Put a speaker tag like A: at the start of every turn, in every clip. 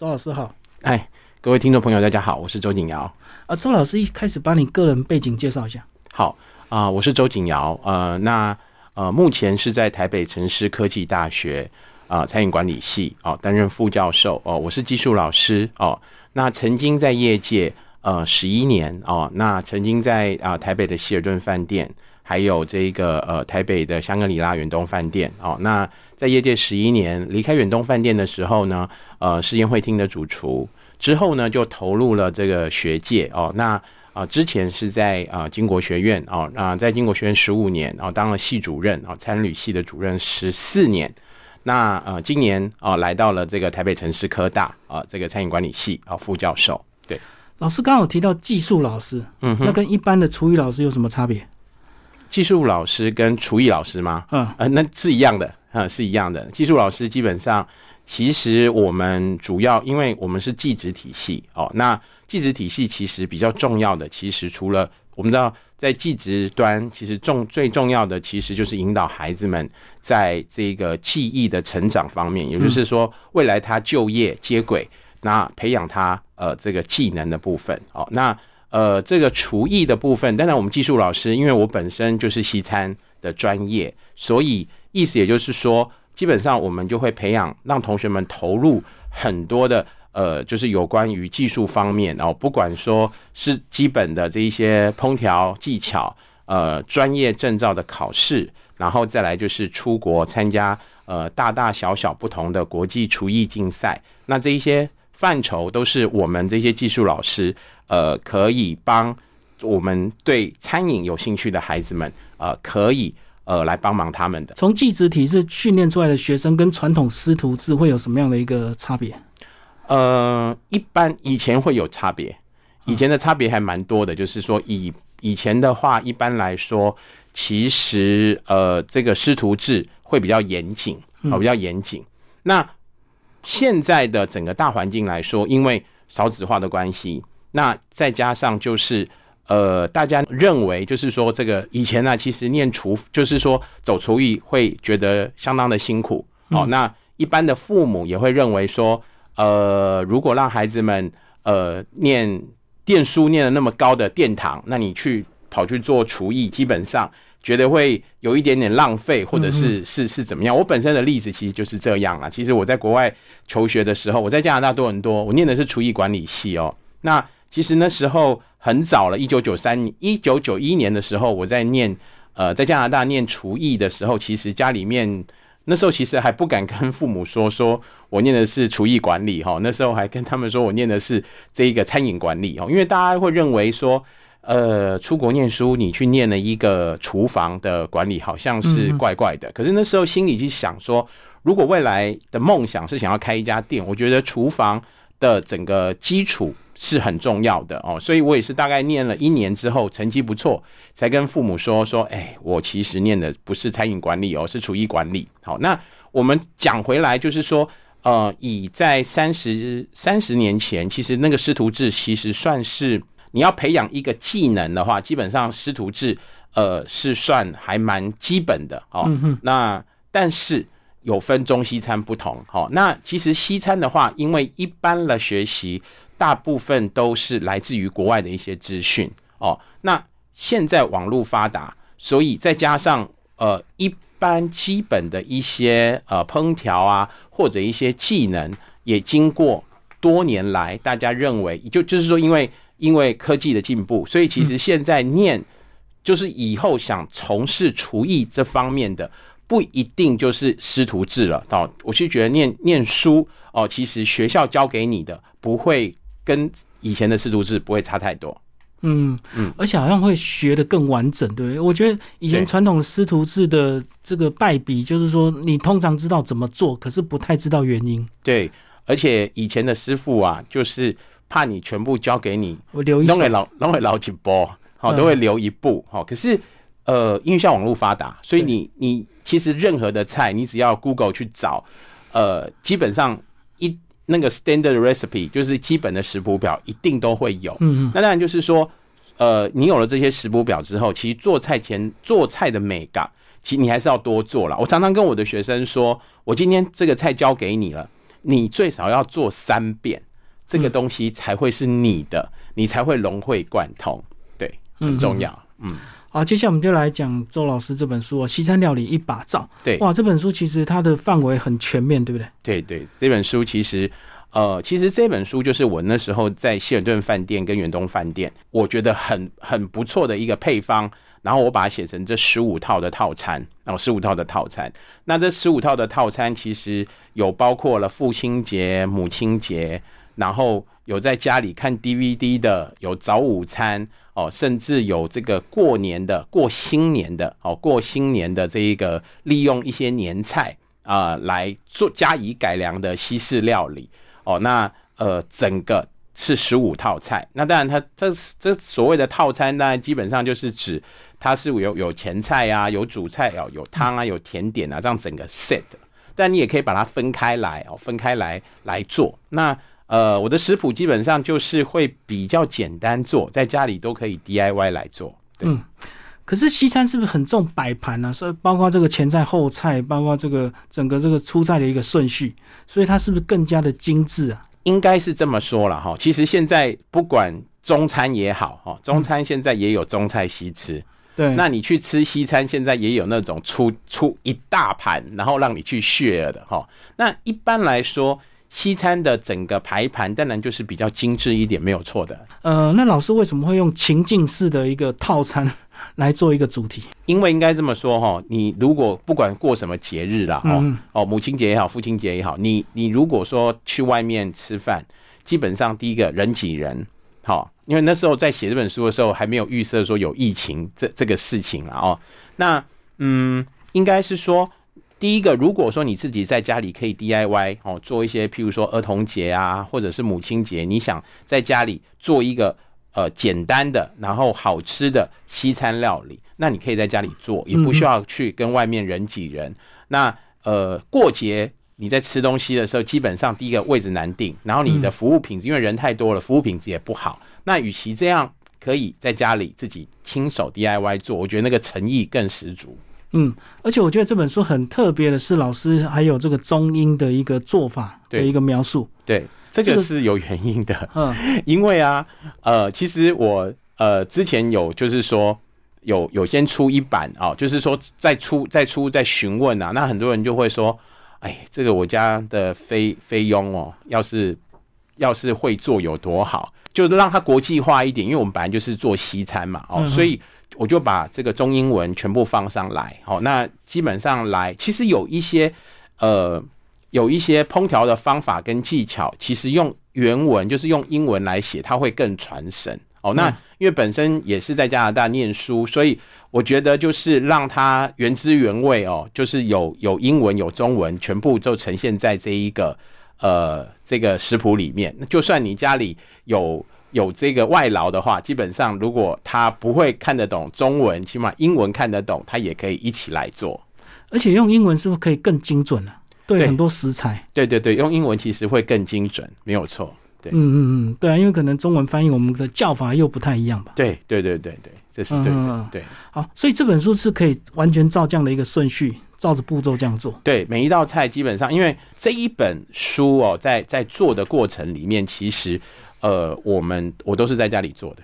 A: 周老师好
B: 哎，各位听众朋友，大家好，我是周景尧。
A: 啊，周老师一开始把你个人背景介绍一下。
B: 好啊、我是周景尧。呃，那呃，目前是在台北城市科技大学啊、餐饮管理系哦，担任副教授哦，我是技术老师哦。那曾经在业界呃十一年哦，那曾经在啊、台北的希尔顿饭店。还有这个呃，台北的香格里拉远东饭店哦，那在业界十一年，离开远东饭店的时候呢，呃，是宴会厅的主厨，之后呢就投入了这个学界哦，那啊，之前是在啊、呃、金国学院哦，啊、在金国学院十五年，哦，当了系主任哦，参旅系的主任十四年。那呃，今年哦、来到了这个台北城市科大啊、这个餐饮管理系啊、副教授。对，
A: 老师刚好提到技术老师，
B: 嗯
A: 那跟一般的厨艺老师有什么差别？
B: 技术老师跟厨艺老师吗？
A: 嗯，
B: 呃，那是一样的，呃，是一样的。技术老师基本上，其实我们主要，因为我们是技职体系哦，那技职体系其实比较重要的，其实除了我们知道，在技职端，其实重最重要的其实就是引导孩子们在这个技艺的成长方面，也就是说，未来他就业接轨，那培养他呃这个技能的部分哦，那。呃，这个厨艺的部分，当然我们技术老师，因为我本身就是西餐的专业，所以意思也就是说，基本上我们就会培养让同学们投入很多的呃，就是有关于技术方面哦，不管说是基本的这一些烹调技巧，呃，专业证照的考试，然后再来就是出国参加呃大大小小不同的国际厨艺竞赛，那这一些范畴都是我们这些技术老师呃可以帮我们对餐饮有兴趣的孩子们呃可以呃来帮忙他们的。
A: 从技职体制训练出来的学生跟传统师徒制会有什么样的一个差别？
B: 呃，一般以前会有差别，以前的差别还蛮多的，就是说以以前的话，一般来说，其实呃，这个师徒制会比较严谨，哦，比较严谨。那现在的整个大环境来说，因为少子化的关系，那再加上就是。呃，大家认为就是说，这个以前呢、啊其实念厨就是说走厨艺会觉得相当的辛苦哦。那一般的父母也会认为说，呃，如果让孩子们呃念电书念的那么高的殿堂，那你去跑去做厨艺，基本上觉得会有一点点浪费，或者是是是怎么样？我本身的例子其实就是这样啦。其实我在国外求学的时候，我在加拿大多伦多，我念的是厨艺管理系哦。那其实那时候很早了，一九九三、一九九一年的时候，我在念呃在加拿大念厨艺的时候，其实家里面那时候其实还不敢跟父母说，说我念的是厨艺管理哈。那时候还跟他们说我念的是这一个餐饮管理哦，因为大家会认为说，呃，出国念书你去念了一个厨房的管理，好像是怪怪的。可是那时候心里去想说，如果未来的梦想是想要开一家店，我觉得厨房的整个基础是很重要的哦。所以我也是大概念了一年之后，成绩不错，才跟父母说说，哎，我其实念的不是餐饮管理哦，是厨艺管理。好，那我们讲回来，就是说，呃，以在三十三十年前，其实那个师徒制其实算是你要培养一个技能的话，基本上师徒制，呃，是算还蛮基本的哦。那但是有分中西餐不同。好、那其实西餐的话，因为一般的学习大部分都是来自于国外的一些资讯哦。那现在网络发达，所以再加上呃一般基本的一些呃烹调啊，或者一些技能，也经过多年来大家认为，就就是说，因为因为科技的进步，所以其实现在念。就是以后想从事厨艺这方面的，不一定就是师徒制了。哦，我是觉得念念书哦，其实学校教给你的不会跟以前的师徒制不会差太多。
A: 嗯嗯，而且好像会学得更完整，对不对？我觉得以前
B: 对
A: 传统的师徒制的这个败笔，就是说你通常知道怎么做，可是不太知道原因。
B: 对，而且以前的师傅啊，就是怕你全部交给你，
A: 我留一
B: 都
A: 手
B: 会，老都会老几波，好、
A: 嗯
B: 都会留一步，好、可是呃，因为像网络发达，所以
A: 对
B: 你你其实任何的菜，你只要 Google 去找，呃，基本上一那个 standard recipe 就是基本的食谱表，一定都会有。
A: 嗯嗯，
B: 那当然就是说，呃，你有了这些食谱表之后，其实做菜前做菜的美感，其实你还是要多做了。我常常跟我的学生说，我今天这个菜交给你了，你最少要做三遍，这个东西才会是你的，你才会融会贯通，对，很重要。嗯，
A: 好，接下来我们就来讲周老师这本书、哦《西餐料理一把照》。
B: 对
A: 哇，这本书其实它的范围很全面，对不对？
B: 对对，这本书其实，呃，其实这本书就是我那时候在希尔顿饭店跟远东饭店，我觉得很很不错的一个配方。然后我把它写成这十五套的套餐，然后十五套的套餐。那这十五套的套餐其实有包括了父亲节、母亲节，然后有在家里看 DVD 的，有早午餐哦，甚至有这个过年的、过新年的哦，过新年的这一个利用一些年菜啊、来做加以改良的西式料理哦。那呃，整个是十五套菜。那当然它，它这这所谓的套餐，当然基本上就是指它是有有前菜啊，有主菜哦，有汤啊，有甜点啊，这样整个 set。但你也可以把它分开来哦，分开来来做。那呃，我的食谱基本上就是会比较简单做，在家里都可以 DIY 来做。对，
A: 嗯可是西餐是不是很重摆盘呢？所以包括这个前菜、后菜，包括这个整个这个出菜的一个顺序，所以它是不是更加的精致啊？
B: 应该是这么说了哈。其实现在不管中餐也好哈，中餐现在也有中菜西吃。
A: 对，
B: 那你去吃西餐，现在也有那种出出一大盘，然后让你去 share 的哈。那一般来说，西餐的整个排盘当然就是比较精致一点，没有错的。
A: 呃，那老师为什么会用情境式的一个套餐 来做一个主题？
B: 因为应该这么说哈，你如果不管过什么节日啦，哦、
A: 嗯
B: 哦，母亲节也好，父亲节也好，你你如果说去外面吃饭，基本上第一个人挤人，好、因为那时候在写这本书的时候还没有预设说有疫情这这个事情啦哦，那嗯，应该是说。第一个，如果说你自己在家里可以 DIY 哦，做一些，譬如说儿童节啊，或者是母亲节，你想在家里做一个呃简单的，然后好吃的西餐料理，那你可以在家里做，也不需要去跟外面人挤人。那呃，过节你在吃东西的时候，基本上第一个位置难定，然后你的服务品质，因为人太多了，服务品质也不好。那与其这样，可以在家里自己亲手 DIY 做，我觉得那个诚意更十足。
A: 嗯，而且我觉得这本书很特别的是，老师还有这个中英的一个做法的
B: 对
A: 一个描述。
B: 对，这
A: 这
B: 个
A: 个
B: 是有原因的。
A: 嗯，
B: 因为啊，呃，其实我呃之前有就是说有有先出一版啊、就是说再出再出再询问啊，那很多人就会说，哎，这个我家的菲菲佣哦，要是要是会做有多好，就让它国际化一点，因为我们本来就是做西餐嘛，哦，
A: 嗯
B: 所以我就把这个中英文全部放上来，哦，那基本上来，其实有一些呃有一些烹调的方法跟技巧，其实用原文就是用英文来写，它会更传神。哦，那
A: 嗯
B: 因为本身也是在加拿大念书，所以我觉得就是让它原汁原味哦，就是有有英文有中文，全部都呈现在这一个呃这个食谱里面。那就算你家里有有这个外劳的话，基本上如果他不会看得懂中文，起码英文看得懂，他也可以一起来做。
A: 而且用英文是不是可以更精准呢、啊？对
B: 对
A: 很多食材。
B: 对对对，用英文其实会更精准，没有错。对
A: 嗯嗯嗯，对啊，因为可能中文翻译我们的叫法又不太一样吧。
B: 对对对对对，这是对的。
A: 嗯，
B: 对
A: 好，所以这本书是可以完全照这样的一个顺序，照着步骤这样做。
B: 对，每一道菜基本上，因为这一本书哦，在在做的过程里面，其实呃，我们我都是在家里做的。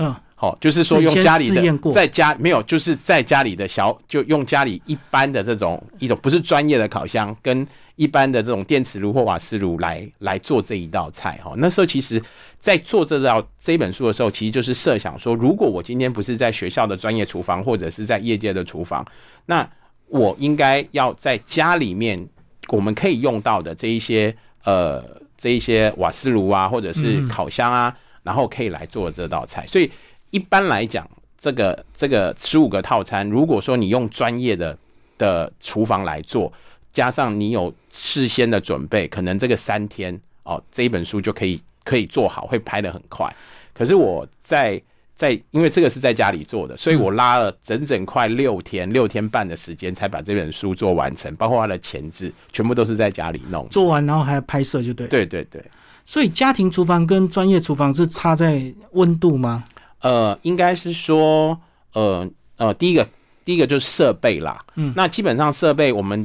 A: 嗯，
B: 好、就是
A: 所
B: 说
A: 以
B: 用
A: 先
B: 家里
A: 试验过
B: 的，在家没有，就是在家里的小，就用家里一般的这种一种不是专业的烤箱，跟一般的这种电磁炉或瓦斯炉来来做这一道菜哈、那时候其实，在做这道这本书的时候，其实就是设想说，如果我今天不是在学校的专业厨房，或者是在业界的厨房，那我应该要在家里面我们可以用到的这一些呃这一些瓦斯炉啊，或者是
A: 嗯
B: 烤箱啊，然后可以来做这道菜。所以一般来讲，这个这个十五个套餐，如果说你用专业的的厨房来做，加上你有事先的准备，可能这个三天哦，这一本书就可以可以做好，会拍得很快。可是我在在，因为这个是在家里做的，所以我拉了整整快六天、六天半的时间才把这本书做完成，包括它的前置，全部都是在家里弄。
A: 做完然后还要拍摄，就对。。
B: 对对对，
A: 所以家庭厨房跟专业厨房是差在温度吗？
B: 呃，应该是说，呃呃，第一个第一个就是设备啦，
A: 嗯
B: 那基本上设备我们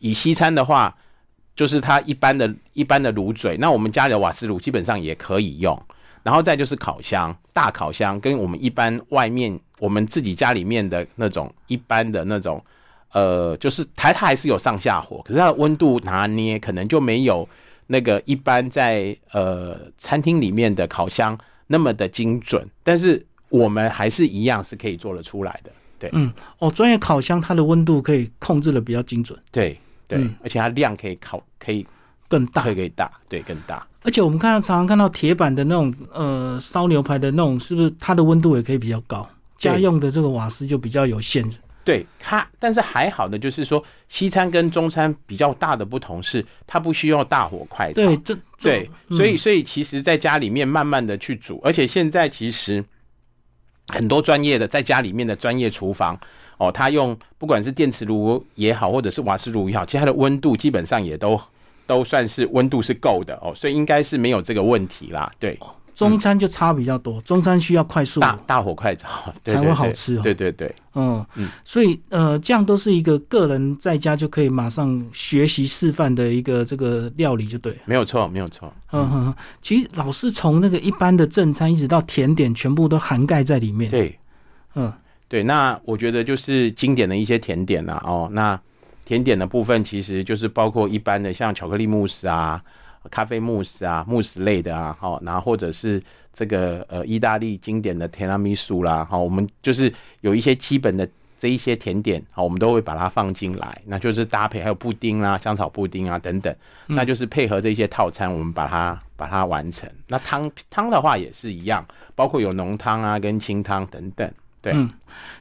B: 以西餐的话，就是它一般的一般的炉嘴，那我们家里的瓦斯炉基本上也可以用。然后再就是烤箱，大烤箱跟我们一般外面我们自己家里面的那种一般的那种，呃，就是它它还是有上下火，可是它的温度拿捏可能就没有那个一般在呃餐厅里面的烤箱那么的精准，但是我们还是一样是可以做得出来的。对
A: 嗯，哦，专业烤箱它的温度可以控制的比较精准，
B: 对对，
A: 嗯
B: 而且它量可以烤可以
A: 更大
B: 可。以可以大，对更大。
A: 而且我们看到常常看到铁板的那种呃烧牛排的那种，是不是它的温度也可以比较高？
B: 对
A: 家用的这个瓦斯就比较有限。
B: 对它，但是还好的就是说，西餐跟中餐比较大的不同是，它不需要大火快炒。
A: 对，这
B: 对，
A: 嗯
B: 所以所以其实在家里面慢慢的去煮，而且现在其实很多专业的在家里面的专业厨房哦，它用不管是电磁炉也好，或者是瓦斯炉也好，其实它的温度基本上也都都算是温度是够的哦，所以应该是没有这个问题啦。对，
A: 中餐就差比较多，中餐需要快速，
B: 大大火快炒对
A: 才会
B: 对
A: 好
B: 对
A: 吃哦
B: 对对对，
A: 嗯
B: 嗯，
A: 所以呃，这样都是一个个人在家就可以马上学习示范的一个这个料理，就对了。
B: 没有错，没有错。
A: 嗯哼，哼其实老师从那个一般的正餐一直到甜点，全部都涵盖在里面。，
B: 对，
A: 嗯，
B: 对，那我觉得就是经典的一些甜点啦、哦，那甜点的部分其实就是包括一般的像巧克力慕斯啊、咖啡慕斯啊、慕斯类的啊，好、然后或者是这个呃意大利经典的提拉米苏啦，哦好、我们就是有一些基本的这一些甜点，哦好、我们都会把它放进来，那就是搭配还有布丁啦、香草布丁啊等等，
A: 嗯
B: 那就是配合这些套餐，我们把它把它完成。那汤汤的话也是一样，包括有浓汤啊、跟清汤等等，对。
A: 嗯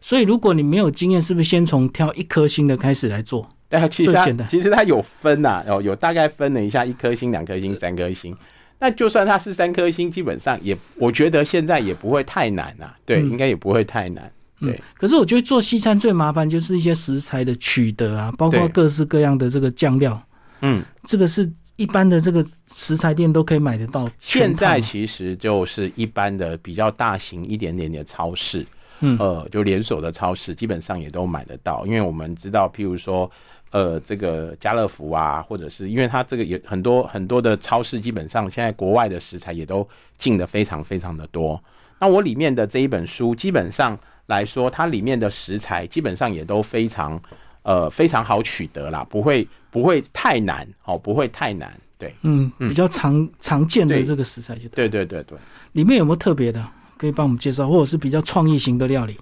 A: 所以如果你没有经验，是不是先从挑一颗星的开始来做？
B: 但其实
A: 最
B: 它
A: 简单
B: 其实它有分呐、哦，有大概分了一下，一颗星、两颗星、三颗星。那就算它是三颗星，基本上也，我觉得现在也不会太难呐、对，
A: 嗯
B: 应该也不会太难。对，
A: 可是我觉得做西餐最麻烦就是一些食材的取得啊，包括
B: 对
A: 各式各样的这个酱料，
B: 嗯，
A: 这个是一般的这个食材店都可以买得到全
B: 现
A: 套吗。
B: 在其实就是一般的比较大型一点点的超市，
A: 嗯
B: 呃，就连锁的超市基本上也都买得到，因为我们知道，譬如说，呃，这个家乐福啊，或者是因为它这个也很多很多的超市，基本上现在国外的食材也都进的非常非常的多。那我里面的这一本书，基本上来说，它里面的食材基本上也都非常，呃，非常好取得啦，不会不会太难哦，不会太难。对，
A: 嗯，比较常常见的
B: 对
A: 这个食材就对。
B: 对对对对。
A: 里面有没有特别的可以帮我们介绍，或者是比较创意型的料理？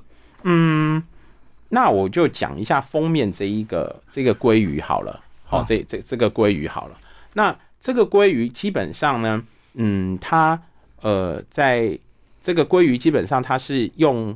B: 那我就讲一下封面这一个这个鲑鱼好了，好、
A: 好
B: 这这这个鲑鱼好了。那这个鲑鱼基本上呢，嗯，它呃，在这个鲑鱼基本上它是用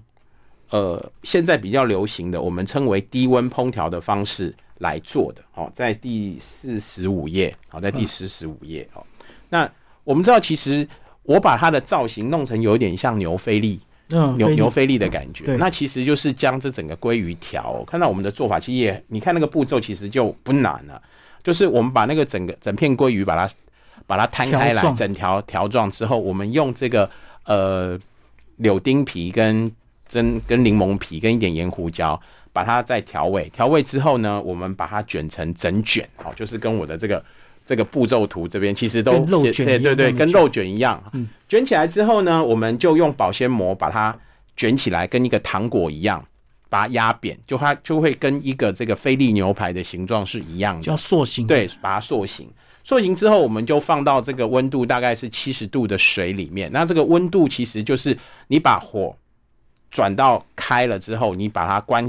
B: 呃现在比较流行的我们称为低温烹调的方式来做的。哦，在第四十五页，好、在第四十五页哦。那我们知道，其实我把它的造型弄成有点像牛菲力，
A: 嗯，
B: 牛
A: 非
B: 牛菲力的感觉
A: 对。
B: 那其实就是将这整个鲑鱼条哦、看到我们的做法，其实也你看那个步骤其实就不难了、就是我们把那个整个整片鲑鱼把它把它摊开
A: 条
B: 来，
A: 状
B: 整条条状之后，我们用这个呃柳丁皮跟真跟柠檬皮跟一点盐胡椒。把它再调味，调味之后呢，我们把它卷成整卷，哦，就是跟我的这个这个步骤图这边其实都
A: 跟肉
B: 写
A: 卷嗯
B: 对
A: 一样
B: 对对，
A: 那么
B: 跟
A: 卷
B: 肉卷一样，卷起来之后呢，我们就用保鲜膜把它卷起来，跟一个糖果一样，把它压扁，就它就会跟一个这个菲力牛排的形状是一样的。
A: 叫塑形。，
B: 对，把它塑形。塑形之后，我们就放到这个温度大概是七十度的水里面。那这个温度其实就是你把火转到开了之后，你把它关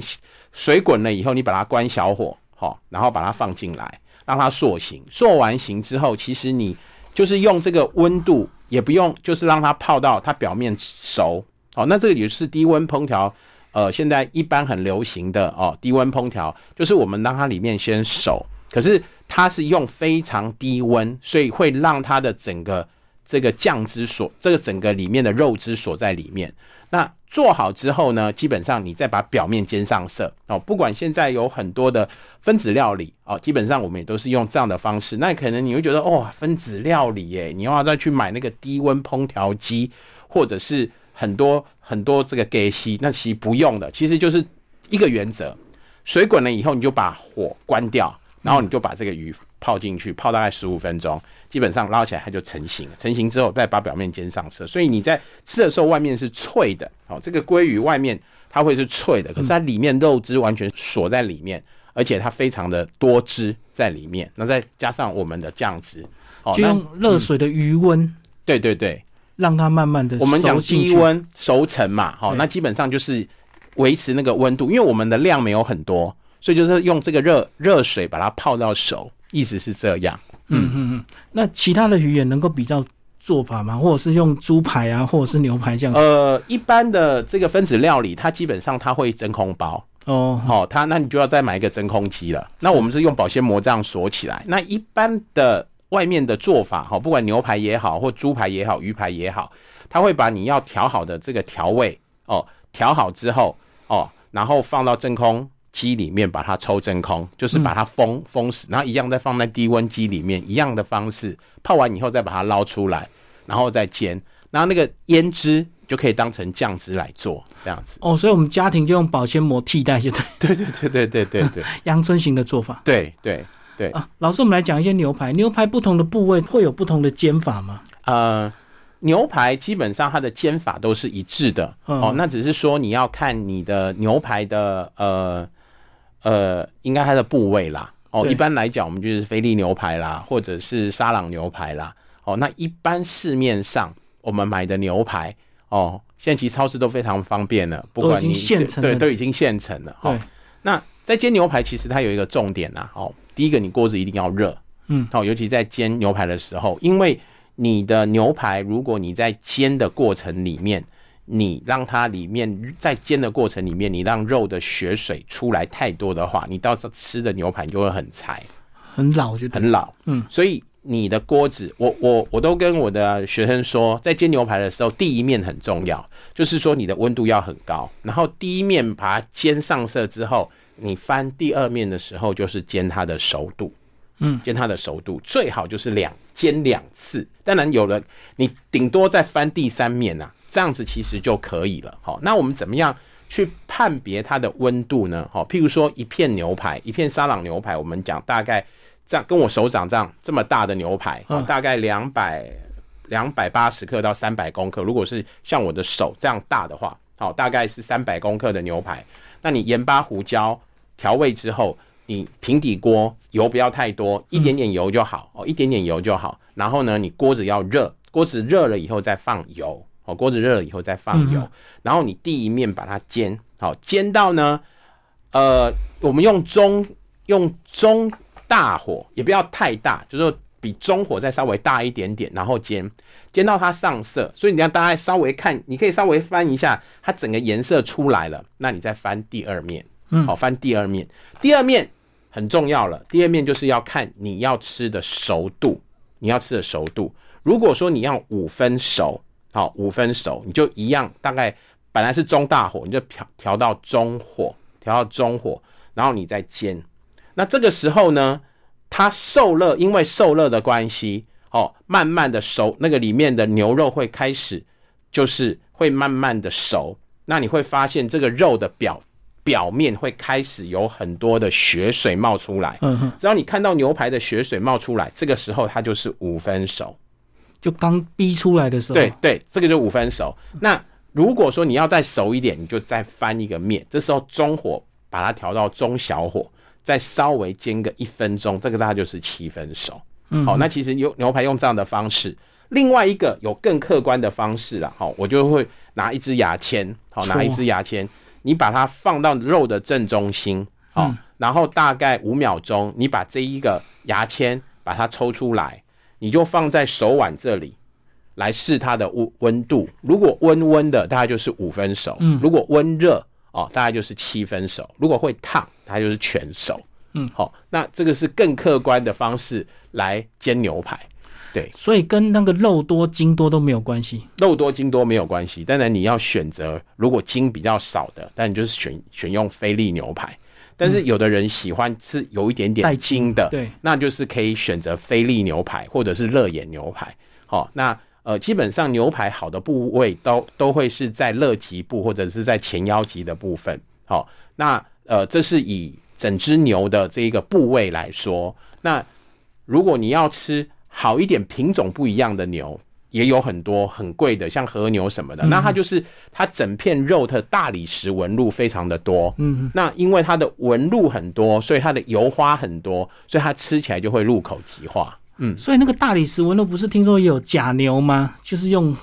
B: 水滚了以后，你把它关小火，好、然后把它放进来，让它塑形。塑完形之后，其实你就是用这个温度，也不用就是让它泡到它表面熟。好、那这个也是低温烹调。呃，现在一般很流行的哦，低温烹调就是我们让它里面先熟，可是它是用非常低温，所以会让它的整个这个酱汁所，这个整个里面的肉汁所在里面。那做好之后呢，基本上你再把表面煎上色哦。不管现在有很多的分子料理哦，基本上我们也都是用这样的方式。那可能你会觉得哦，分子料理耶，你要再去买那个低温烹调机，或者是很多很多这个给息，那其实不用的，其实就是一个原则，水滚了以后，你就把火关掉，然后你就把这个鱼泡进去，泡大概十五分钟，基本上捞起来它就成型了。成型之后再把表面煎上色，所以你在吃的时候外面是脆的，哦，这个鲑鱼外面它会是脆
A: 嗯
B: 的，可是它里面肉汁完全锁在里面，而且它非常的多汁在里面。那再加上我们的酱汁，哦，
A: 就
B: 那
A: 用热水的余温
B: 对对对，
A: 让它慢慢的
B: 我们讲低
A: 低，
B: 温熟成嘛，好、
A: 对
B: 那基本上就是维持那个温度，因为我们的量没有很多，所以就是用这个热热水把它泡到熟，意思是这样。
A: 嗯嗯嗯。那其他的鱼也能够比较做法吗？或者是用猪排啊，或者是牛排这样？
B: 呃，一般的这个分子料理，它基本上它会真空包，
A: 哦，
B: 好、它那你就要再买一个真空机了。那我们是用保鲜膜这样锁起来。那一般的外面的做法，哈、不管牛排也好，或猪排也好，鱼排也好，它会把你要调好的这个调味哦，调好之后哦，然后放到真空机里面把它抽真空，就是把它封、封死，然后一样再放在低温机里面，一样的方式泡完以后再把它捞出来，然后再煎，然后那个腌汁就可以当成酱汁来做，这样子。
A: 哦，所以我们家庭就用保鲜膜替代，现 在
B: 对对对对对对对
A: 阳春型的做法
B: 对对对，
A: 啊。老师，我们来讲一些牛排，牛排不同的部位会有不同的煎法吗？
B: 呃，牛排基本上它的煎法都是一致的、
A: 嗯
B: 哦，那只是说你要看你的牛排的呃呃，应该它的部位啦。哦，
A: 对
B: 一般来讲，我们就是菲力牛排啦，或者是沙朗牛排啦。哦，那一般市面上我们买的牛排，哦，现在其实超市都非常方便了，不
A: 都已
B: 管
A: 经
B: 你
A: 现成
B: 对
A: 的
B: 都已经现成了。哦
A: 对，
B: 那在煎牛排，其实它有一个重点呐、哦，第一个你锅子一定要热，
A: 嗯，
B: 哦，尤其在煎牛排的时候，因为你的牛排，如果你在煎的过程里面，你让它里面在煎的过程里面，你让肉的血水出来太多的话，你到时候吃的牛排就会很柴。
A: 很老，我觉得
B: 很老，
A: 嗯，
B: 所以你的锅子，我我我都跟我的学生说，在煎牛排的时候，第一面很重要，就是说你的温度要很高，然后第一面把它煎上色之后，你翻第二面的时候就是煎它的熟度，
A: 嗯，
B: 煎它的熟度最好就是两煎两次，当然有了你顶多再翻第三面呐、这样子其实就可以了。好，那我们怎么样？去判别它的温度呢？好，譬如说一片牛排，一片沙朗牛排，我们讲大概这样跟我手掌这样这么大的牛排，哦
A: 嗯
B: 大概两百两百八十克到三百公克。如果是像我的手这样大的话，好、大概是三百公克的牛排。那你盐巴、胡椒调味之后，你平底锅油不要太多，一点点油就好、哦，一点点油就好。然后呢，你锅子要热，锅子热了以后再放油哦，锅子热了以后再放油。然后你第一面把它煎，好、煎到呢，呃，我们用中用中大火，也不要太大，就是说比中火再稍微大一点点，然后煎，煎到它上色。所以你要大概稍微看，你可以稍微翻一下，它整个颜色出来了，那你再翻第二面，
A: 嗯
B: 好，翻第二面，第二面很重要了。第二面就是要看你要吃的熟度，你要吃的熟度。如果说你要五分熟，好，五分熟，你就一样，大概本来是中大火，你就调调到中火，调到中火，然后你再煎。那这个时候呢，它受热，因为受热的关系，哦，慢慢的熟，那个里面的牛肉会开始，就是会慢慢的熟。那你会发现这个肉的表表面会开始有很多的血水冒出来。
A: 嗯哼，
B: 只要你看到牛排的血水冒出来，这个时候它就是五分熟。
A: 就刚逼出来的时候，
B: 对，对，这个就五分熟。那如果说你要再熟一点，你就再翻一个面，这时候中火把它调到中小火，再稍微煎个一分钟，这个大概就是七分熟。
A: 嗯
B: 好、那其实牛牛排用这样的方式。另外一个有更客观的方式啦，好、我就会拿一支牙签，好、
A: 戳
B: 拿一支牙签，你把它放到肉的正中心，好、
A: 嗯
B: 然后大概五秒钟，你把这一个牙签把它抽出来，你就放在手腕这里，来试它的温温度。如果温温的，大概就是五分熟；
A: 嗯
B: 如果温热哦，大概就是七分熟；如果会烫，它就是全熟。
A: 嗯，
B: 好、那这个是更客观的方式来煎牛排。对，
A: 所以跟那个肉多筋多都没有关系。
B: 肉多筋多没有关系，当然你要选择如果筋比较少的，但你就是选选用菲力牛排。但是有的人喜欢吃有一点
A: 带
B: 点
A: 筋
B: 筋的，
A: 对，
B: 那就是可以选择菲力牛排或者是热眼牛排。好、那呃，基本上牛排好的部位都都会是在肋脊部或者是在前腰脊的部分。好、那呃，这是以整只牛的这一个部位来说，那如果你要吃好一点品种不一样的牛，也有很多很贵的，像和牛什
A: 嗯
B: 么的。那它就是它整片肉的大理石纹路非常的多。嗯，那因为它的纹路很多，所以它的油花很多，所以它吃起来就会入口即化。嗯，
A: 所以那个大理石纹路不是听说也有假牛吗？就是用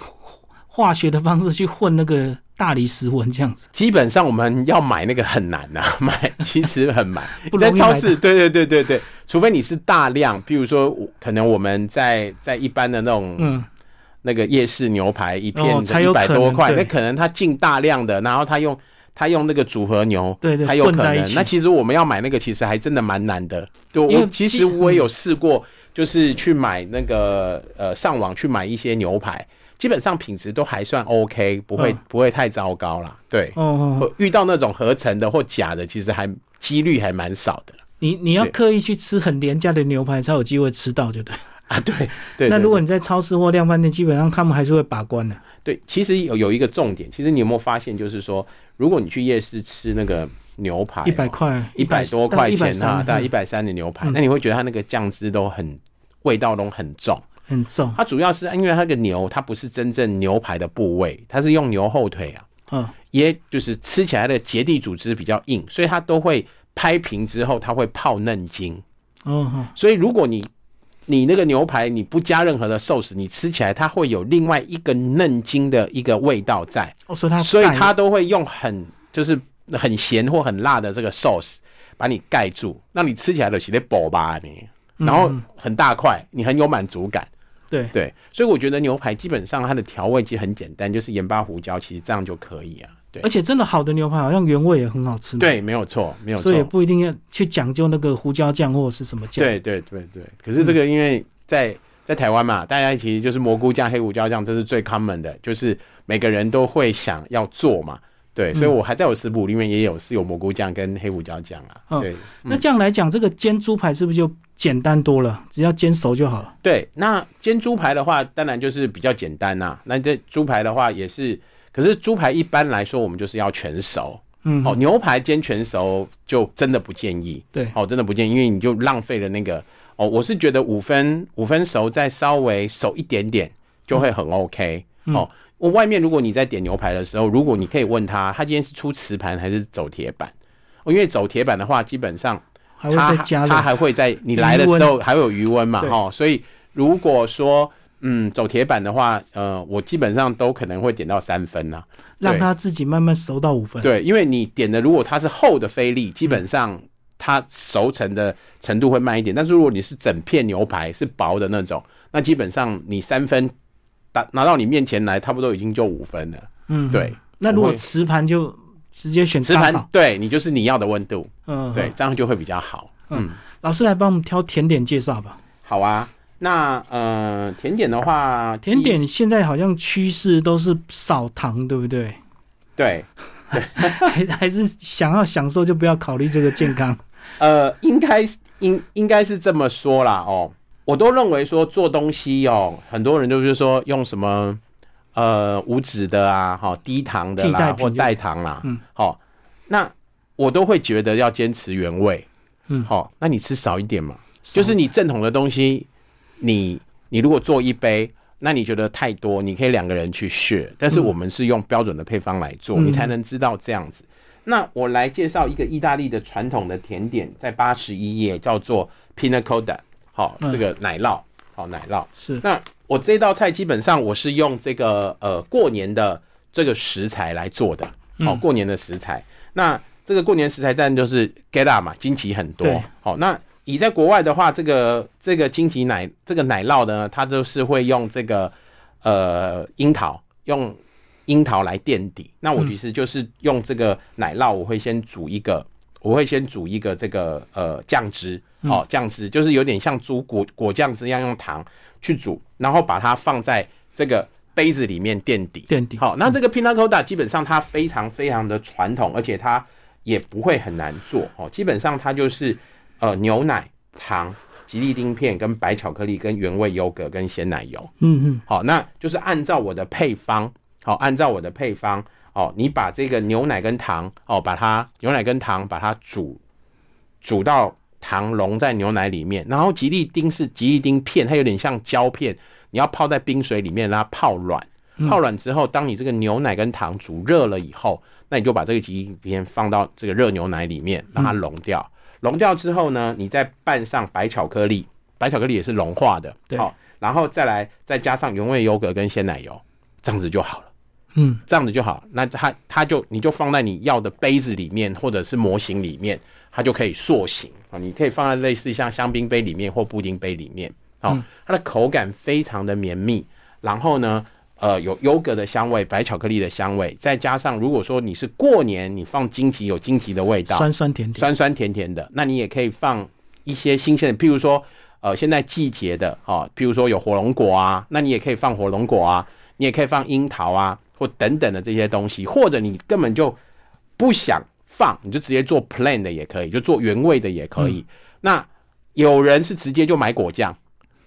A: 化学的方式去混那个大理石纹这样子。
B: 基本上我们要买那个很难呐、啊 买其实很难
A: 不，容
B: 在
A: 易
B: 超
A: 买
B: 市，对对对对对，除非你是大量，比如说我可能我们在在一般的那种
A: 嗯，
B: 那个夜市牛排一
A: 哦
B: 片
A: 才
B: 才
A: 有可
B: 一百
A: 能
B: 多块，
A: 对
B: 那可能他进大量的，然后他用他用那个组合牛，
A: 对对
B: 才有
A: 混
B: 可
A: 在一
B: 能。
A: 起
B: 那其实我们要买那个，其实还真的蛮难的。对
A: 因为嗯
B: 我其
A: 基
B: 实我也有试过，就是去买那个呃上网去买一些牛排，基本上品质都还算 OK，不会
A: 嗯
B: 不会太糟糕啦。对，
A: 哦哦，哦
B: 会遇到那种合成的或假的，其实还几率还蛮少的
A: 你你要
B: 对
A: 刻意去吃很廉价的牛排才有机会吃到，就对。
B: 啊。对对，
A: 那
B: 对
A: 如果你在超市或量贩店，基本上他们还是会把关的。
B: 对，其实有有一个重点，其实你有没有发现，就是说，如果你去夜市吃那个牛排、
A: 一百，块，
B: 哎一百多块钱啊，大概一
A: 百
B: 百三的牛排，
A: 嗯
B: 那你会觉得它那个酱汁都很味道都很重。
A: 很重。
B: 它主要是因为它那个牛，它不是真正牛排的部位，它是用牛后腿啊，
A: 嗯，
B: 也就是吃起来的结缔组织比较硬，所以它都会拍平之后，它会泡嫩筋。
A: 哦哦，
B: 所以如果你你那个牛排你不加任何的 sauce，你吃起来它会有另外一个嫩筋的一个味道在。
A: 哦所以它
B: 所以
A: 盖
B: 他都会用很就是很咸或很辣的这个 sauce 把你盖住，让你吃起来的是在饱吧你，
A: 嗯
B: 然后很大块，你很有满足感。
A: 对
B: 对，所以我觉得牛排基本上它的调味其实很简单，就是盐巴、胡椒，其实这样就可以啊。对
A: 而且真的好的牛排好像原味也很好吃嘛，
B: 对，没有错，没有错
A: 所以。也不一定要去讲究那个胡椒酱或者是什么酱。
B: 对对对对，可是这个因为在在台湾嘛，大家其实就是蘑菇酱、黑胡椒酱，这是最 common 的，就是每个人都会想要做嘛。对，所以我还在我食谱里面也有是有蘑菇酱跟黑胡椒酱啊。
A: 嗯
B: 对，
A: 那这样来讲，这个煎猪排是不是就简单多了？只要煎熟就好了。
B: 对，那煎猪排的话，当然就是比较简单啦、啊那这猪排的话也是，可是猪排一般来说，我们就是要全熟。
A: 嗯，
B: 哦，牛排煎全熟就真的不建议。
A: 对，
B: 哦，真的不建议，因为你就浪费了那个。哦，我是觉得五分五分熟，再稍微熟一点点就会很 OK、哦，
A: 嗯
B: 我外面如果你在点牛排的时候，如果你可以问他，他今天是出瓷盘还是走铁板？哦，因为走铁板的话，基本上
A: 还会再加
B: 它
A: 了。
B: 还会在你来的时候还会有余温嘛，
A: 对
B: 哈，所以如果说嗯走铁板的话，呃，我基本上都可能会点到三分啦、
A: 让它自己慢慢熟到五分。
B: 对，因为你点的如果它是厚的菲力，基本上它熟成的程度会慢一点，但是如果你是整片牛排是薄的那种，那基本上你三分打拿到你面前来，差不多已经就五分了。
A: 嗯，
B: 对。
A: 那如
B: 我
A: 果
B: 会
A: 瓷盘就直接选
B: 瓷
A: 大
B: 盘
A: 好。
B: 对你就是你要的温度，
A: 嗯，
B: 对，。这样就会比较好。嗯，
A: 老师来帮我们挑甜点介绍吧。
B: 好啊。那呃，甜点的话，
A: 甜点现在好像趋势都是少糖，对不 对？
B: 对，
A: 还还是想要享受就不要考虑这个健 康。
B: 呃，应该是应应该是这么说啦哦，我都认为说做东西哦，很多人就是说用什么呃无脂的啊，哈、低糖的
A: 替代
B: 啦，
A: 品
B: 或
A: 就
B: 代糖啦，
A: 嗯，
B: 好、那我都会觉得要坚持原味，
A: 嗯
B: 好、那你吃少一点嘛，就是你正统的东西，你你如果做一杯。那你觉得太多，你可以两个人去 share，但是我们是用标准的配方来做，
A: 嗯
B: 你才能知道这样子。那我来介绍一个意大利的传统的甜点，在八十一页叫做 pina colada，好、
A: 嗯
B: 这个奶酪，好、奶酪。
A: 是
B: 那我这道菜基本上我是用这个呃过年的这个食材来做的，
A: 嗯
B: 好、过年的食材。那这个过年食材当然就是 get up 嘛，惊奇很多
A: 对。
B: 好、那以在国外的话，这个这个惊奇奶这个奶酪呢，它就是会用这个呃樱桃用。樱桃来垫底，那
A: 嗯
B: 我其实就是用这个奶酪，我会先煮一个，我会先煮一个这个呃酱汁
A: 嗯
B: 哦，酱汁就是有点像煮果果酱汁一样，用糖去煮，然后把它放在这个杯子里面垫底。
A: 垫底。嗯
B: 好，那这个 pina colada 基本上它非常非常的传统，而且它也不会很难做哦。基本上它就是呃牛奶、糖、吉利丁片、跟白巧克力、跟原味优格、跟鲜奶油。
A: 嗯嗯，
B: 好，那就是按照我的配方，好，按照我的配方，哦，你把这个牛奶跟糖，哦，把它牛奶跟糖把它煮煮到糖溶在牛奶里面，然后吉利丁是吉利丁片，它有点像胶片，你要泡在冰水里面让它泡软。泡软之后，当你这个牛奶跟糖煮热了以后，那你就把这个吉利片放到这个热牛奶里面，让它溶掉。溶掉之后呢，你再拌上白巧克力，白巧克力也是融化的，
A: 对
B: 好、然后再来再加上原味优格跟鲜奶油，这样子就好了。
A: 嗯，
B: 这样子就好。那它它就你就放在你要的杯子里面，或者是模型里面，它就可以塑形啊。你可以放在类似像香槟杯里面或布丁杯里面。哦，它的口感非常的绵密，然后呢，呃，有优格的香味、白巧克力的香味，再加上如果说你是过年，你放荆棘有荆棘的味道，
A: 酸酸甜甜，
B: 酸酸甜甜的。那你也可以放一些新鲜的，譬如说，呃，现在季节的哦，譬如说有火龙果啊，那你也可以放火龙果啊，你也可以放樱桃啊，或等等的这些东西，或者你根本就不想放，你就直接做 plain 的也可以，就做原味的也可以。
A: 嗯
B: 那有人是直接就买果酱，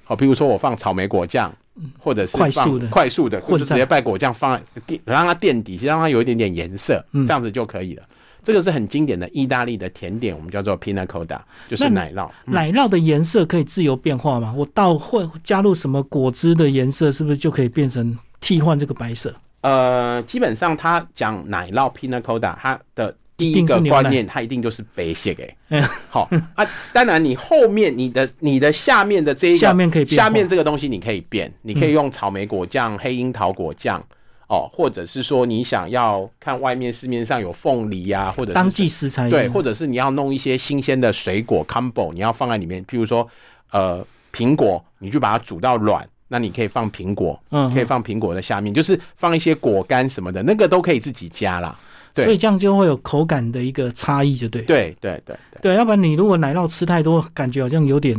B: 好、譬如说我放草莓果酱。或者是
A: 嗯快
B: 放
A: 速的
B: 快速的，或
A: 混
B: 者
A: 在
B: 直接拌果酱放在垫，让它垫底，让它有一点点颜色，
A: 嗯
B: 这样子就可以了。这个是很经典的意大利的甜点，我们叫做 pina colada，就是
A: 那你
B: 奶酪。
A: 奶酪的颜色可以自由变化吗？我倒会加入什么果汁的颜色，是不是就可以变成替换这个白色？
B: 呃，基本上他讲奶酪 pina colada，它的第一
A: 一定
B: 个
A: 是牛奶
B: 观念，它一定就是白色给
A: 嗯。
B: 好啊，当然你后面你的你的下面的这一个
A: 下面可以变化
B: 下面这个东西你可以变，你可以用草莓果酱、黑樱桃果酱。哦，或者是说你想要看外面市面上有凤梨呀、或者是
A: 当
B: 什么
A: 季食材
B: 对，或
A: 者
B: 者是你要弄一些新鲜的水果 combo，你要放在里面，譬如说，呃，苹果，你去把它煮到软，那你可以放苹果，
A: 嗯
B: 可以放苹果的下面，就是放一些果干什么的，那个都可以自己加啦。对
A: 所以这样就会有口感的一个差异，就对。
B: 对对对对，
A: 对，要不然你如果奶酪吃太多，感觉好像有点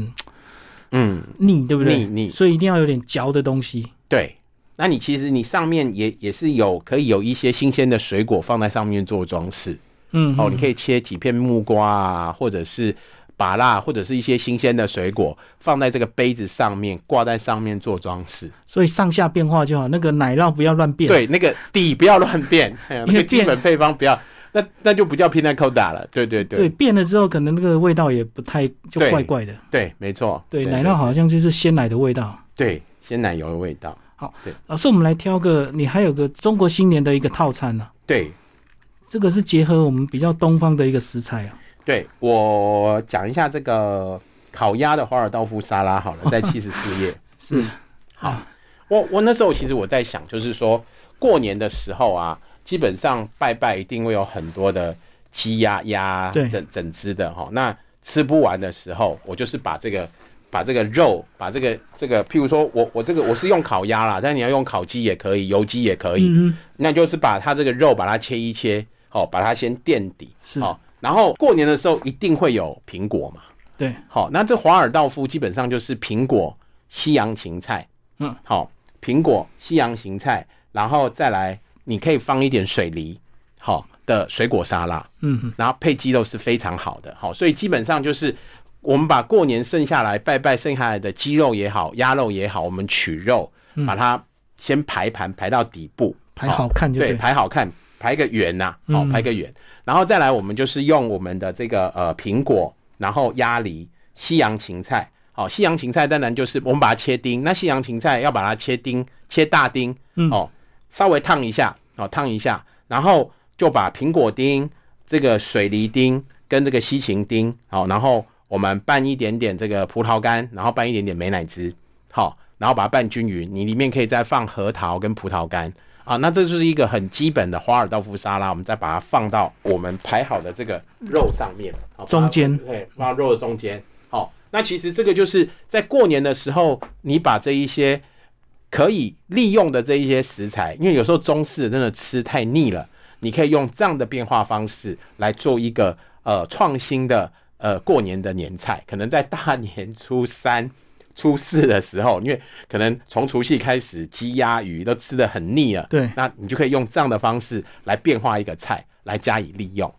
B: 嗯，
A: 腻，对不对？
B: 腻腻
A: 所以一定要有点嚼的东西。
B: 对。那你其实你上面也也是有可以有一些新鲜的水果放在上面做装饰
A: 嗯，
B: 哦，你可以切几片木瓜啊，或者是芭辣，或者是一些新鲜的水果放在这个杯子上面挂在上面做装饰。
A: 所以上下变化就好，那个奶酪不要乱变。，
B: 对，那个底不要乱 变，哎呀
A: 因
B: 那个
A: 为
B: 基
A: 变
B: 本配方不要，那那就不叫 pina colada 了。对对
A: 对，
B: 对
A: 变了之后可能那个味道也不太就
B: 对
A: 怪怪的。
B: 对，没错。
A: 对，奶酪好像就是鲜奶的味道。
B: 对鲜奶油的味道。
A: 老师，我们来挑个，你还有个中国新年的一个套餐呢、
B: 对
A: 这个是结合我们比较东方的一个食材啊。
B: 对，我讲一下这个烤鸭的华尔道夫沙拉好了，在七十四页。
A: 是，
B: 好，
A: 啊
B: 我我那时候其实我在想，就是说过年的时候啊，基本上拜拜一定会有很多的鸡鸭鸭
A: 对
B: 整整只的哈，那吃不完的时候，我就是把这个把这个肉，把这个这个，譬如说我我这个我是用烤鸭啦，但你要用烤鸡也可以，油鸡也可以，
A: 嗯嗯，
B: 那就是把它这个肉把它切一切，哦，把它先垫底，
A: 是
B: 哦，然后过年的时候一定会有苹果嘛，
A: 对，
B: 好，那这华尔道夫基本上就是苹果、西洋芹菜，
A: 嗯，
B: 好，苹果、西洋芹菜，然后再来，你可以放一点水梨，好的水果沙拉，
A: 嗯嗯，
B: 然后配鸡肉是非常好的，好，所以基本上就是我们把过年剩下来拜拜剩下来的鸡肉也好，鸭肉也好，我们取肉，把它先排盘排到底部，
A: 嗯排好看就
B: 对，
A: 对。
B: 排好看，排个圆呐、好、
A: 嗯
B: 排个圆。然后再来，我们就是用我们的这个呃苹果，然后鸭梨、西洋芹菜。好、西洋芹菜当然就是我们把它切丁，那西洋芹菜要把它切丁，切大丁，
A: 嗯
B: 哦，稍微烫一下，哦，烫一下，然后就把苹果丁、这个水梨丁跟这个西芹丁，好、然后我们拌一点点这个葡萄干，然后拌一点点美乃滋，好、然后把它拌均匀，你里面可以再放核桃跟葡萄干啊，那这就是一个很基本的华尔道夫沙拉，我们再把它放到我们排好的这个肉上面，好把它
A: 中间
B: 对，放到肉的中间，好、那其实这个就是在过年的时候，你把这一些可以利用的这一些食材，因为有时候中式真的吃太腻了，你可以用这样的变化方式来做一个呃创新的呃过年的年菜，可能在大年初三。 初四的时候，因为可能从除夕开始，鸡鸭鱼都吃的很腻了，
A: 对
B: 那你就可以用这样的方式来变化一个菜，来加以利用。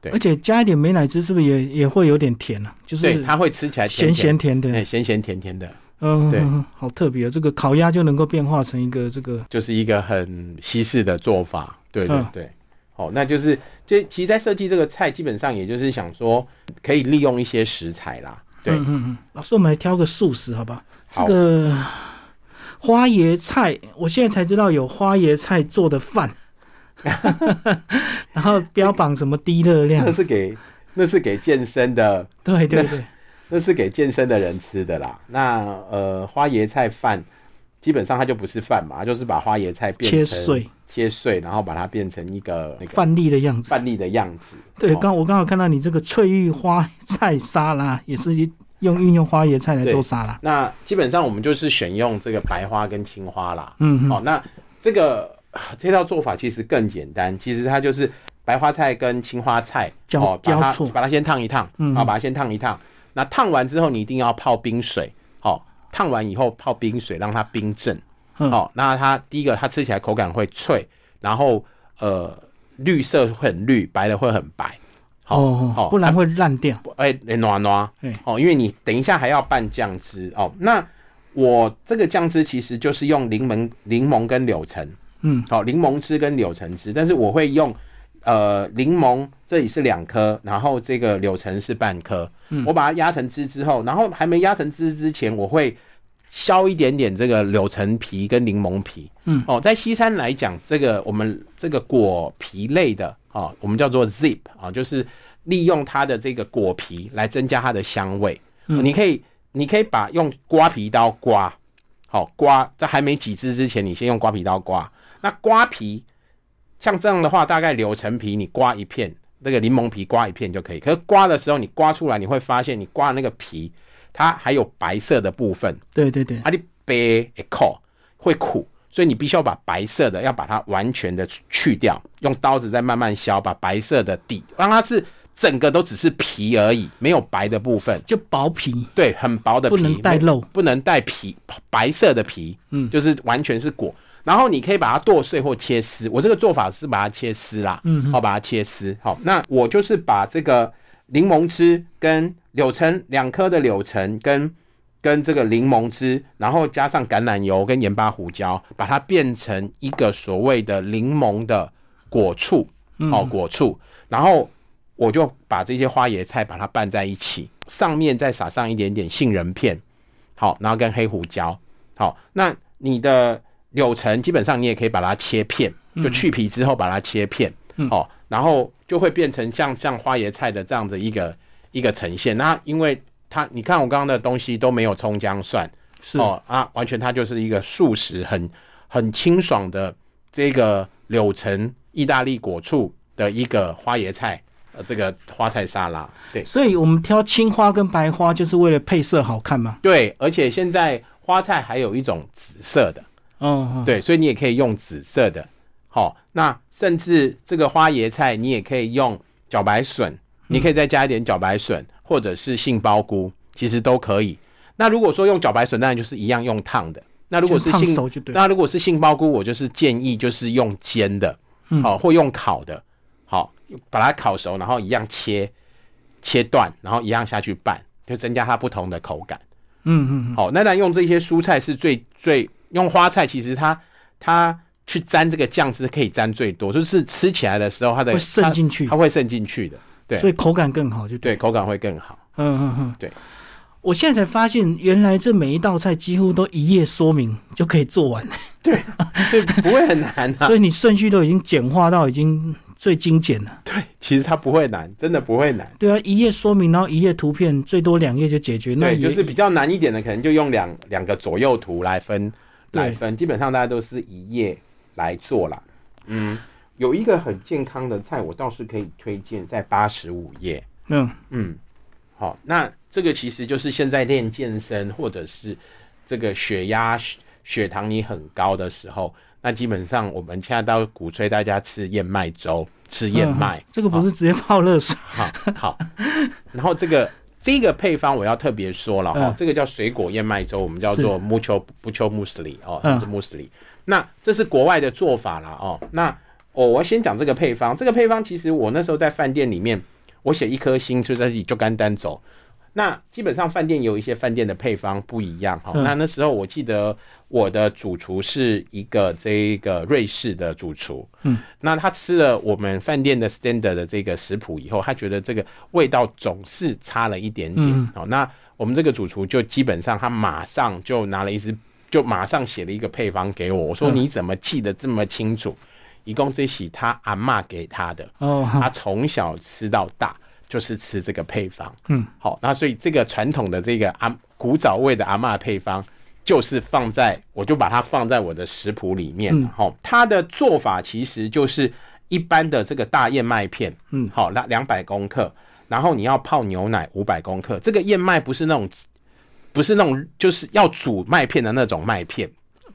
B: 对
A: 而且加一点美乃滋，是不是也也会有点甜啊？就
B: 对，
A: 是
B: 它会吃起来
A: 咸
B: 甜
A: 咸甜
B: 甜的，
A: 的
B: 哎。咸咸甜甜的，
A: 嗯，
B: 对
A: 嗯好特别哦。这个烤鸭就能够变化成一个这个
B: 就是一个很西式的做法。对对
A: 嗯
B: 对，哦，那就是这其实，在设计这个菜，基本上也就是想说可以利用一些食材啦。对，
A: 嗯嗯嗯。老师，我们来挑个素食，好吧？这
B: 好
A: 个花椰菜，我现在才知道有花椰菜做的 饭，然后标榜什么低热量
B: 那，是给那是给健身的，
A: 对对 对，
B: 那是给健身的人吃的啦。那呃，花椰菜饭基本上它就不是饭嘛，它就是把花椰菜变
A: 切
B: 成
A: 碎，
B: 切碎，然后把它变成一个那个
A: 饭粒的样子。
B: 饭粒的样子。
A: 对，
B: 哦
A: 刚我刚好看到你这个翠玉花菜沙拉，也是一用运用花椰菜来做
B: 对
A: 沙拉。
B: 那基本上我们就是选用这个白花跟青花啦。
A: 嗯
B: 哦
A: 嗯，，
B: 那这个啊这道做法其实更简单，其实它就是白花菜跟青花菜
A: 交
B: 哦，把
A: 交
B: 它
A: 错
B: 把它先烫一烫，
A: 嗯
B: 啊，把它先烫一烫。那烫完之后，你一定要泡冰水，哦，烫完以后泡冰水让它冰镇，
A: 嗯
B: 哦，那它第一个它吃起来口感会脆，然后呃绿色会很绿，白的会很白，好
A: 哦
B: 好，
A: 不然会烂掉。
B: 哎、欸，暖暖
A: 嗯，
B: 哦，因为你等一下还要拌酱汁哦。那我这个酱汁其实就是用柠檬、柠檬跟柳橙，
A: 嗯，
B: 好、柠檬汁跟柳橙汁，但是我会用呃柠檬这里是两颗，然后这个柳橙是半颗，
A: 嗯
B: 我把它压成汁之后，然后还没压成汁之前，我会削一点点这个柳橙皮跟柠檬皮，
A: 嗯
B: 哦，在西餐来讲，这个我们这个果皮类的啊、哦，我们叫做 zip 啊、就是利用它的这个果皮来增加它的香味。
A: 嗯
B: 你可以，你可以把用刮皮刀刮，好、刮，在还没几只之前，你先用刮皮刀刮。那刮皮，像这样的话，大概柳橙皮你刮一片，那个柠檬皮刮一片就可以。可是刮的时候，你刮出来，你会发现你刮的那个皮，它还有白色的部分。
A: 对对对，
B: 啊，你白会苦，会苦，所以你必须要把白色的要把它完全的去掉，用刀子再慢慢削，把白色的底让它是整个都只是皮而已，没有白的部分。
A: 就薄皮。
B: 对，很薄的皮，
A: 不能带肉
B: 没不能带皮，白色的皮，
A: 嗯
B: 就是完全是果。然后你可以把它剁碎或切丝，我这个做法是把它切丝啦，
A: 嗯哼
B: 好、把它切丝。好，那我就是把这个柠檬汁跟柳橙两颗的柳橙跟跟这个柠檬汁，然后加上橄榄油跟盐巴胡椒，把它变成一个所谓的柠檬的果醋，
A: 嗯
B: 哦，果醋，然后我就把这些花椰菜把它拌在一起，上面再撒上一点点杏仁片，好，然后跟黑胡椒，好，那你的柳橙基本上你也可以把它切片，就去皮之后把它切片，
A: 嗯
B: 好，然后就会变成像像花椰菜的这样的一个一个呈现。那因为它，你看我刚刚的东西都没有葱姜蒜，
A: 是
B: 哦啊，完全它就是一个素食很很清爽的这个柳橙意大利果醋的一个花椰菜，呃，这个花菜沙拉，对
A: 所以我们挑青花跟白花，就是为了配色好看嘛。
B: 对，而且现在花菜还有一种紫色的，
A: 哦，
B: 对，所以你也可以用紫色的，好、那甚至这个花椰菜你也可以用茭白笋，
A: 嗯
B: 你可以再加一点茭白笋或者是杏鲍菇，其实都可以。那如果说用茭白笋，当然就是一样用烫的。那如果是
A: 烫
B: 杏
A: 熟就对了。
B: 那如果是杏鲍菇，我就是建议就是用煎的，
A: 嗯
B: 好、或用烤的，好、把它烤熟，然后一样切切断，然后一样下去拌，就增加它不同的口感。
A: 嗯嗯嗯，
B: 好、那当然用这些蔬菜是最最用花菜，其实它它去沾这个酱汁可以沾最多，就是吃起来的时候它的
A: 会渗进
B: 它
A: 去，
B: 它会渗进去的，对
A: 所以口感更好就对。
B: 对，口感会更 好。
A: 嗯嗯嗯，
B: 对。
A: 我现在才发现，原来这每一道菜几乎都一页说明就可以做完，
B: 所以不会很难啊
A: 所。以你顺序都已经简化到已经最精简了。
B: 其实它不会难，真的不会难。
A: 对啊，一页说明，然后一页图片，最多两页就解决。那
B: 对，
A: 也
B: 就是比较难一点的，可能就用两两个左右图来分
A: 对
B: 来分，基本上大家都是一页来做啦。嗯，有一个很健康的菜，我倒是可以推荐在八十五页。
A: 嗯
B: 嗯，好，那这个其实就是现在练健身或者是这个血压、血血糖你很高的时候，那基本上我们现在都鼓吹大家吃燕麦粥、吃燕麦
A: 嗯。这个不是直接泡热水，
B: 好好，然后这个这个配方我要特别说了哈、
A: 嗯
B: 这个叫水果燕麦粥，我们叫做 mucho mucho musli 哦，
A: 嗯
B: 是 musli。那这是国外的做法啦哦。那哦，我要先讲这个配方，这个配方其实我那时候在饭店里面，我写一颗星就在自己就干单走。那基本上饭店有一些饭店的配方不一样哈。
A: 嗯
B: 那那时候我记得我的主厨是一个这个瑞士的主厨，
A: 嗯，
B: 那他吃了我们饭店的 standard 的这个食谱以后，他觉得这个味道总是差了一点点。
A: 嗯
B: 哦，那我们这个主厨就基本上他马上就拿了一支，就马上写了一个配方给我，我说
A: 嗯
B: 你怎么记得这么清楚？一共这喜他阿嬷给他的，
A: 哦，
B: 他从小吃到大就是吃这个配方。
A: 嗯，
B: 好，那所以这个传统的这个阿古早味的阿嬷配方，就是放在我就把它放在我的食谱里面
A: 嗯。
B: 好、它的做法其实就是一般的这个大燕麦片，
A: 嗯
B: 好，那两百公克，然后你要泡牛奶五百公克。这个燕麦不是那种。不是那种就是要煮麦片的那种麦片，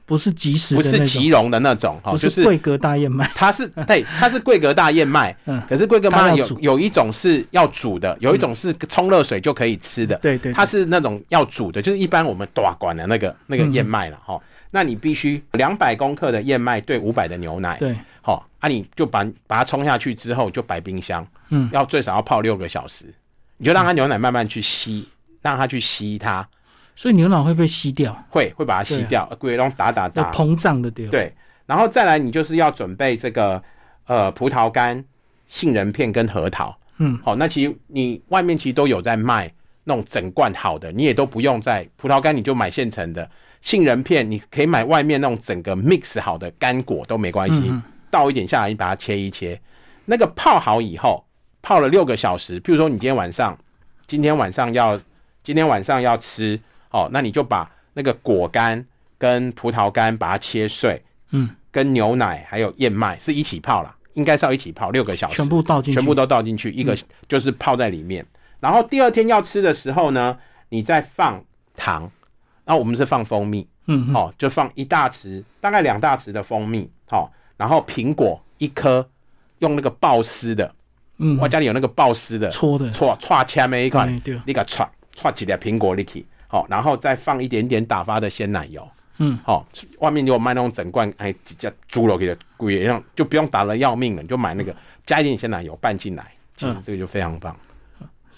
A: 不是即时
B: 不
A: 的那
B: 是
A: 种，
B: 吉隆的那种，哈，
A: 不
B: 就是是
A: 贵格大燕麦，
B: 它是对，它是桂格大燕麦，
A: 嗯
B: 可是桂格
A: 它
B: 大
A: 要
B: 有
A: 煮
B: 有一种是要煮的，有一种是冲热水就可以吃的，
A: 嗯对嗯对对
B: 它是那种要煮的，就是一般我们大管的那个那个燕麦了哈。齁那你必须两百公克的燕麦兑五百的牛奶，
A: 对，
B: 好，啊你就把把它冲下去之后就摆冰箱，
A: 嗯
B: 要最少要泡六个小时，你就让它牛奶慢慢去吸，让它去吸它，
A: 所以牛奶会被吸掉，
B: 会会把它吸
A: 对啊
B: 掉，呃故意让打打
A: 要
B: 打，
A: 膨胀的对吧。
B: 对，然后再来你就是要准备这个呃葡萄干、杏仁片跟核桃。
A: 嗯，
B: 好、那其实你外面其实都有在卖那种整罐好的，你也都不用在葡萄干你就买现成的，杏仁片你可以买外面那种整个 mix 好的干果都没关系，倒一点下来你把它切一切，那个泡好以后泡了六个小时，譬如说你今天晚上今天晚上要今天晚上要吃哦，那你就把那个果干跟葡萄干把它切碎，
A: 嗯，
B: 跟牛奶还有燕麦是一起泡啦，应该是要一起泡六个小时，
A: 全部倒进去，嗯
B: 全部都倒进去，一个就是泡在里面。然后第二天要吃的时候呢，你再放糖，那我们是放蜂蜜，
A: 嗯，嗯，
B: 哦，就放一大匙，大概两大匙的蜂蜜，哦，然后苹果一颗，用那个爆丝的，
A: 嗯，
B: 我家里有那个爆丝的，
A: 搓的，
B: 戳戳签的一块
A: 哎对，
B: 你给戳戳几粒苹果进去，好、然后再放一点点打发的鲜奶油，
A: 嗯，
B: 好、外面有卖那种整罐，哎，几只猪肉给它贵一样，就不用打了要命了，你就买那个加一点鲜奶油拌进来，
A: 嗯
B: 其实这个就非常棒，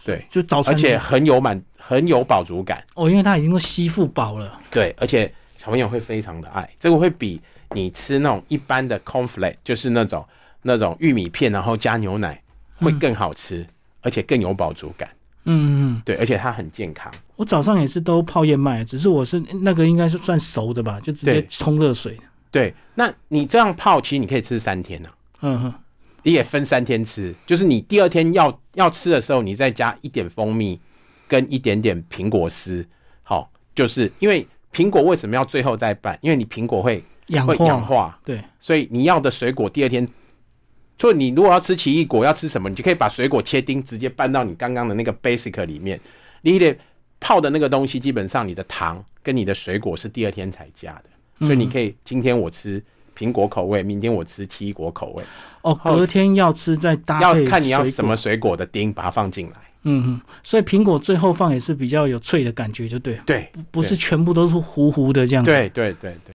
B: 对，
A: 就早餐，
B: 而且很有满很有饱足感，
A: 哦，因为它已经都吸附饱了，
B: 对，而且小朋友会非常的爱，这个会比你吃那种一般的 cornflake，就是那种那种玉米片然后加牛奶会
A: 嗯
B: 更好吃，而且更有饱足感。
A: 嗯嗯，嗯
B: 对，而且它很健康。
A: 我早上也是都泡燕麦，只是我是那个应该是算熟的吧，就直接
B: 对
A: 冲热水，
B: 对，那你这样泡，其实你可以吃三天呢、
A: 嗯哼，
B: 你也分三天吃，就是你第二天要要吃的时候，你再加一点蜂蜜跟一点点苹果丝，好，就是因为苹果为什么要最后再拌？因为你苹果会
A: 氧
B: 会
A: 化，
B: 氧化，
A: 对，
B: 所以你要的水果第二天，就你如果要吃奇异果，要吃什么，你就可以把水果切丁，直接拌到你刚刚的那个 basic 里面。你得泡的那个东西，基本上你的糖跟你的水果是第二天才加的，所以你可以今天我吃苹果口味，明天我吃奇异果口味，
A: 哦，隔天要吃再搭
B: 要
A: 配
B: 看你要
A: 水
B: 什
A: 果
B: 么，水果的丁，把它放进来。
A: 嗯嗯，所以苹果最后放也是比较有脆的感觉，就对了，
B: 对，
A: 不是全部都是糊糊的这样子，
B: 对对对对。